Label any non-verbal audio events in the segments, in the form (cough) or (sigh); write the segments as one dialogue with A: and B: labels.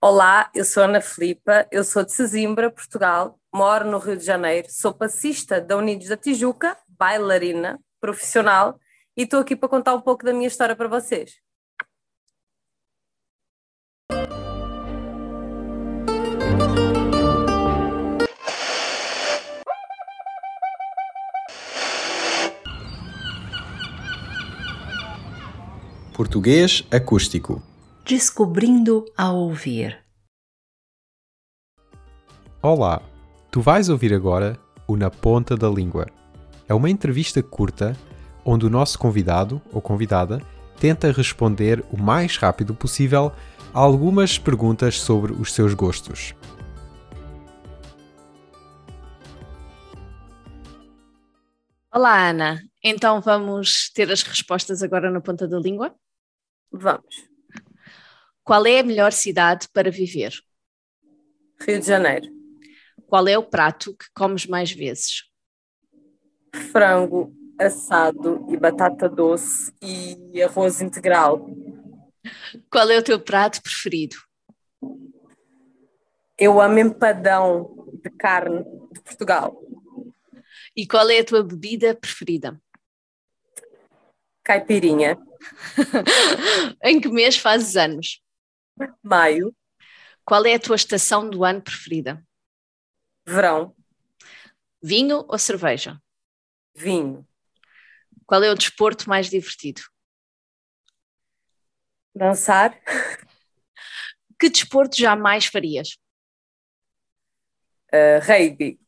A: Olá, eu sou Ana Filipa, eu sou de Sesimbra, Portugal, moro no Rio de Janeiro, sou passista da Unidos da Tijuca, bailarina, profissional, e estou aqui para contar um pouco da minha história para vocês.
B: Português acústico.
C: Descobrindo a ouvir.
B: Olá, tu vais ouvir agora o Na Ponta da Língua. É uma entrevista curta onde o nosso convidado ou convidada tenta responder o mais rápido possível a algumas perguntas sobre os seus gostos.
D: Olá, Ana. Então vamos ter as respostas agora na ponta da língua?
A: Vamos.
D: Qual é a melhor cidade para viver?
A: Rio de Janeiro,
D: Qual é o prato que comes mais vezes?
A: frango assado e batata doce e arroz integral.
D: Qual é o teu prato preferido?
A: Eu amo empadão de carne de Portugal.
D: E qual é a tua bebida preferida?
A: Caipirinha,
D: em que mês fazes anos?
A: maio,
D: Qual é a tua estação do ano preferida?
A: verão,
D: Vinho ou cerveja?
A: vinho,
D: Qual é o desporto mais divertido?
A: dançar,
D: Que desporto jamais farias?
A: eh, rugby,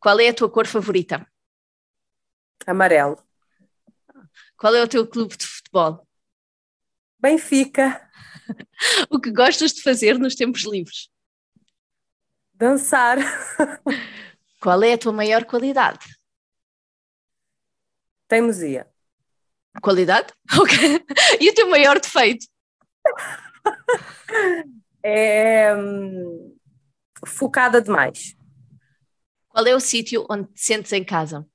D: Qual é a tua cor favorita?
A: amarelo,
D: Qual é o teu clube de futebol?
A: Benfica,
D: O que gostas de fazer nos tempos livres?
A: dançar,
D: Qual é a tua maior qualidade?
A: teimosia,
D: Qualidade? (laughs) Ok. E o teu maior defeito?
A: é hum, focada demais.
D: Qual é o sítio onde te sentes em casa?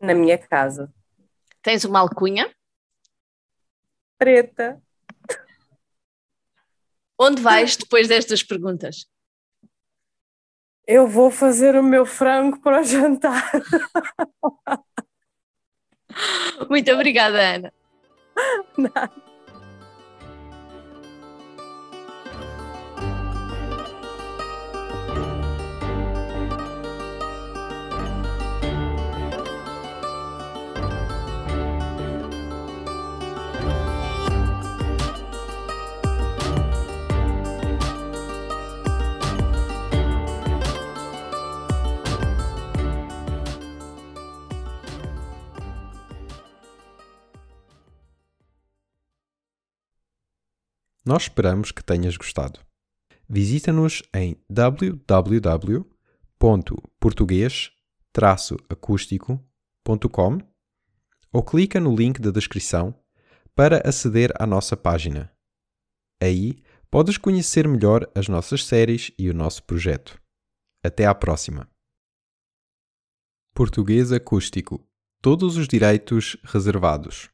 A: Na minha casa,
D: Tens uma alcunha?
A: preta,
D: Onde vais depois destas perguntas?
A: eu vou fazer o meu frango para o (laughs) jantar.
D: Muito obrigada, Ana.
B: Nós esperamos que tenhas gostado. Visita-nos em www.português-acústico.com ou clica no link da descrição para aceder à nossa página. Aí podes conhecer melhor as nossas séries e o nosso projeto. Até à próxima! Português Acústico Todos os direitos reservados.